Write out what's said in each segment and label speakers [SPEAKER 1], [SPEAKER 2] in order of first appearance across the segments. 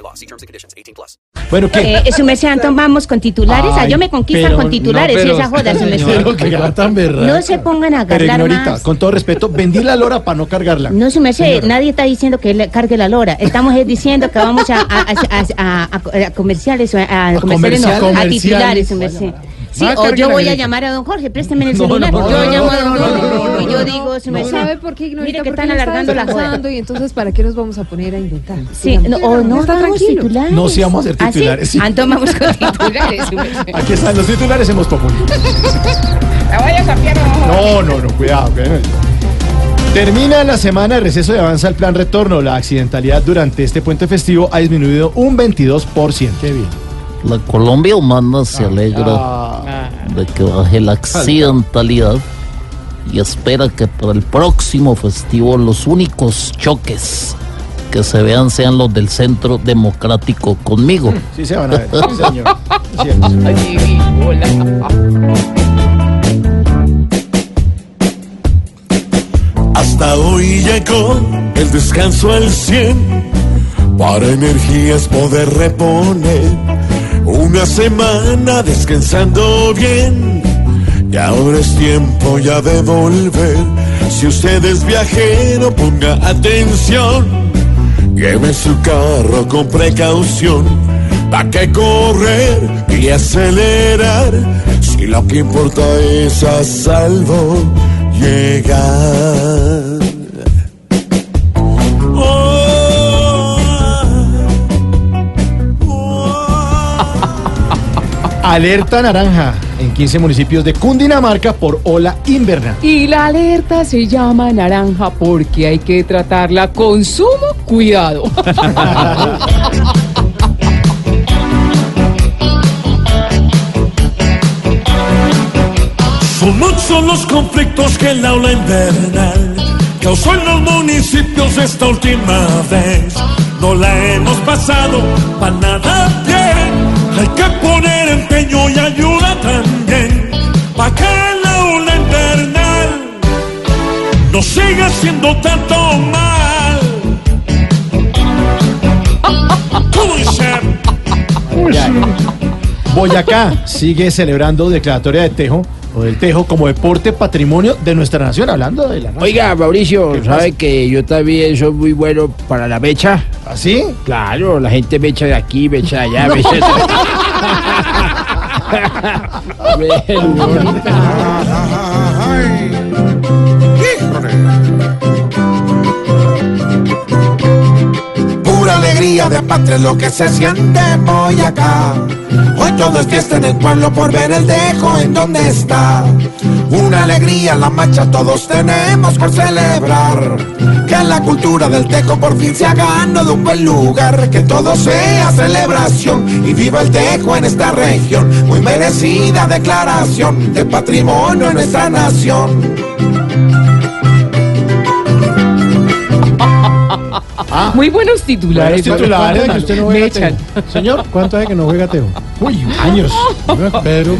[SPEAKER 1] law. See terms and conditions. 18 plus.
[SPEAKER 2] Bueno, ¿qué?
[SPEAKER 3] Eh, eh, su merced, Antón, vamos con titulares. Ah,
[SPEAKER 2] Ay,
[SPEAKER 3] yo me conquista
[SPEAKER 2] pero
[SPEAKER 3] con titulares
[SPEAKER 2] no, pero-
[SPEAKER 3] y esa joda, su merced.
[SPEAKER 2] Pero que era tan berraca.
[SPEAKER 3] No se pongan a
[SPEAKER 2] Pero
[SPEAKER 3] cargar
[SPEAKER 2] ignorita,
[SPEAKER 3] más.
[SPEAKER 2] con todo respeto, vendí la lora para no cargarla.
[SPEAKER 3] No, su merced, nadie está diciendo que le cargue la lora. Estamos eh, diciendo que vamos a, a- a- a- a- a comerciales, o a, a comerciales, no,
[SPEAKER 2] comerciales.
[SPEAKER 3] a titulares, su merced. Sí,
[SPEAKER 2] Va a
[SPEAKER 3] o
[SPEAKER 2] cargar
[SPEAKER 3] yo
[SPEAKER 2] la
[SPEAKER 3] voy a
[SPEAKER 2] lorita.
[SPEAKER 3] llamar a don Jorge, présteme el
[SPEAKER 2] No,
[SPEAKER 3] celular.
[SPEAKER 2] no,
[SPEAKER 3] yo
[SPEAKER 2] no,
[SPEAKER 3] llamo
[SPEAKER 2] no,
[SPEAKER 3] a don
[SPEAKER 2] no, no,
[SPEAKER 3] Jorge
[SPEAKER 2] no,
[SPEAKER 3] y yo
[SPEAKER 2] no,
[SPEAKER 3] digo, su merced.
[SPEAKER 4] ¿Sabe por qué, ignorita?
[SPEAKER 3] Mire que
[SPEAKER 4] Porque
[SPEAKER 3] están
[SPEAKER 4] no está
[SPEAKER 3] alargando la
[SPEAKER 4] descansando
[SPEAKER 3] joda.
[SPEAKER 4] y entonces ¿para qué nos vamos a poner a inventar?
[SPEAKER 3] Sí, no, o no
[SPEAKER 4] está
[SPEAKER 3] vamos
[SPEAKER 4] tranquilo.
[SPEAKER 3] titulares.
[SPEAKER 2] No, sí vamos a hacer
[SPEAKER 3] ¿Ah, sí?
[SPEAKER 2] titulares, sí.
[SPEAKER 3] Antón, vamos con titulares, su merced.
[SPEAKER 2] Aquí están los titulares en Voz Populi. No, no, no, cuidado. cuidado. Termina la semana de receso y avanza el plan retorno. La accidentalidad durante este puente festivo ha disminuido un 22%. Qué bien.
[SPEAKER 5] La Colombia humana se alegra
[SPEAKER 2] Ah,
[SPEAKER 5] de que baje la accidentalidad y espera que para el próximo festivo los únicos choques que se vean sean los del Centro Democrático conmigo.
[SPEAKER 2] Sí se van a ver, sí, señor. Sí,
[SPEAKER 6] Hasta hoy llegó el descanso al 100 para energías poder reponer. Una semana descansando bien y ahora es tiempo ya de volver. Si usted es viajero, ponga atención. Lleve su carro con precaución. ¿Para qué correr y acelerar? Si lo que importa es a salvo llegar. Oh, oh.
[SPEAKER 2] Alerta naranja en 15 municipios de Cundinamarca por ola invernal.
[SPEAKER 7] Y la alerta se llama naranja porque hay que tratarla con sumo cuidado.
[SPEAKER 6] Son muchos los conflictos que el aula invernal causó en los municipios esta última vez. No la hemos pasado para nada bien. Hay que poner empeño y ayuda también para que el aula invernal no siga siendo tanto mal. ¿Cómo dice?
[SPEAKER 2] Boyacá sigue celebrando declaratoria de tejo o del tejo como deporte patrimonio de nuestra nación, hablando de la nación.
[SPEAKER 8] Oiga, Mauricio,
[SPEAKER 2] ¿Qué
[SPEAKER 8] ¿sabe
[SPEAKER 2] pasa? ¿Ah,
[SPEAKER 8] que yo también soy muy bueno para la mecha?
[SPEAKER 2] ¿Así?
[SPEAKER 8] Claro, la gente me echa de aquí, me echa de allá, me echa de... Bueno,
[SPEAKER 6] Pura alegría de patria es lo que se siente hoy acá. Hoy todo es fiesta en el pueblo por ver el dejo en donde está. Una alegría, la marcha todos tenemos por celebrar. Que la cultura del tejo por fin se haga no de un buen lugar. Que todo sea celebración y viva el tejo en esta región. Muy merecida declaración de patrimonio en nuestra nación.
[SPEAKER 7] Muy buenos titulares.
[SPEAKER 2] Buenos titulares, que usted no
[SPEAKER 7] me
[SPEAKER 2] juega
[SPEAKER 7] echan.
[SPEAKER 2] tejo. Señor, ¿cuánto hace que no juega tejo? Uy, años. Pero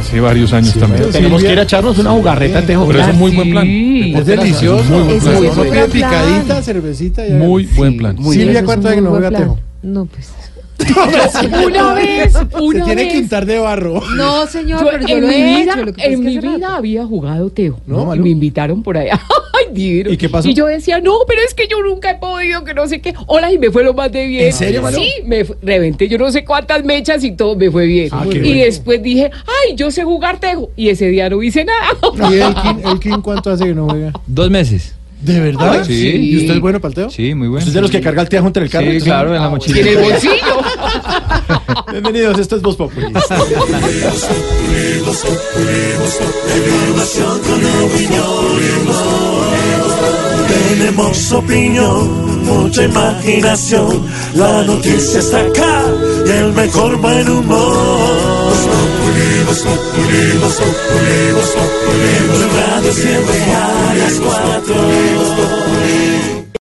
[SPEAKER 9] Hace varios años también.
[SPEAKER 2] tenemos que ir a echarnos una jugarreta de tejo.
[SPEAKER 9] Pero es un muy
[SPEAKER 7] sí.
[SPEAKER 9] buen plan.
[SPEAKER 7] Es
[SPEAKER 9] delicioso. Muy buen
[SPEAKER 4] Es muy
[SPEAKER 9] plan.
[SPEAKER 4] buen picadita,
[SPEAKER 2] cervecita.
[SPEAKER 9] Muy buen plan.
[SPEAKER 7] Muy
[SPEAKER 2] Silvia,
[SPEAKER 4] Eso es
[SPEAKER 2] ¿cuánto
[SPEAKER 4] un
[SPEAKER 2] hay que no
[SPEAKER 4] buen
[SPEAKER 2] juega
[SPEAKER 4] plan.
[SPEAKER 2] tejo?
[SPEAKER 4] No, pues.
[SPEAKER 7] Una vez, una vez.
[SPEAKER 2] untar de barro.
[SPEAKER 4] No, señor,
[SPEAKER 7] Yo
[SPEAKER 4] pero yo
[SPEAKER 7] en
[SPEAKER 4] lo
[SPEAKER 7] mi
[SPEAKER 4] he
[SPEAKER 7] vida,
[SPEAKER 4] hecho. Lo que pasa es
[SPEAKER 7] en
[SPEAKER 4] que
[SPEAKER 7] mi
[SPEAKER 4] hace rato.
[SPEAKER 7] vida había jugado Teo.
[SPEAKER 2] No,
[SPEAKER 7] Y
[SPEAKER 2] Malú.
[SPEAKER 7] me invitaron por allá. Ay, divino.
[SPEAKER 2] ¿Y qué pasó?
[SPEAKER 7] Y yo decía, no, pero es que yo nunca he podido, que no sé qué. Hola, y me fue lo más de bien.
[SPEAKER 2] ¿En serio, Malú?
[SPEAKER 7] Sí, me fu- reventé yo no sé cuántas mechas y todo, me fue bien.
[SPEAKER 2] Ah, qué
[SPEAKER 7] y
[SPEAKER 2] bueno.
[SPEAKER 7] después dije, ay, yo sé jugar Teo. Y ese día no hice nada.
[SPEAKER 2] ¿Y Elkin, Elkin cuánto hace que no juega?
[SPEAKER 9] Dos meses.
[SPEAKER 2] ¿De verdad?
[SPEAKER 9] Ay, sí.
[SPEAKER 2] ¿Y usted es bueno para el tejo?
[SPEAKER 9] Sí, muy bueno.
[SPEAKER 2] ¿Usted es de los que carga el tejo entre el carro? Ah,
[SPEAKER 9] Sí, claro, en la mochila.
[SPEAKER 7] en el bolsillo.
[SPEAKER 2] Bienvenidos, esto es Voz Populi.
[SPEAKER 6] Tenemos opinión, mucha imaginación. La noticia está acá y el mejor buen humor. Los populimos, populimos, populimos, populimos. Radio siempre a las cuatro.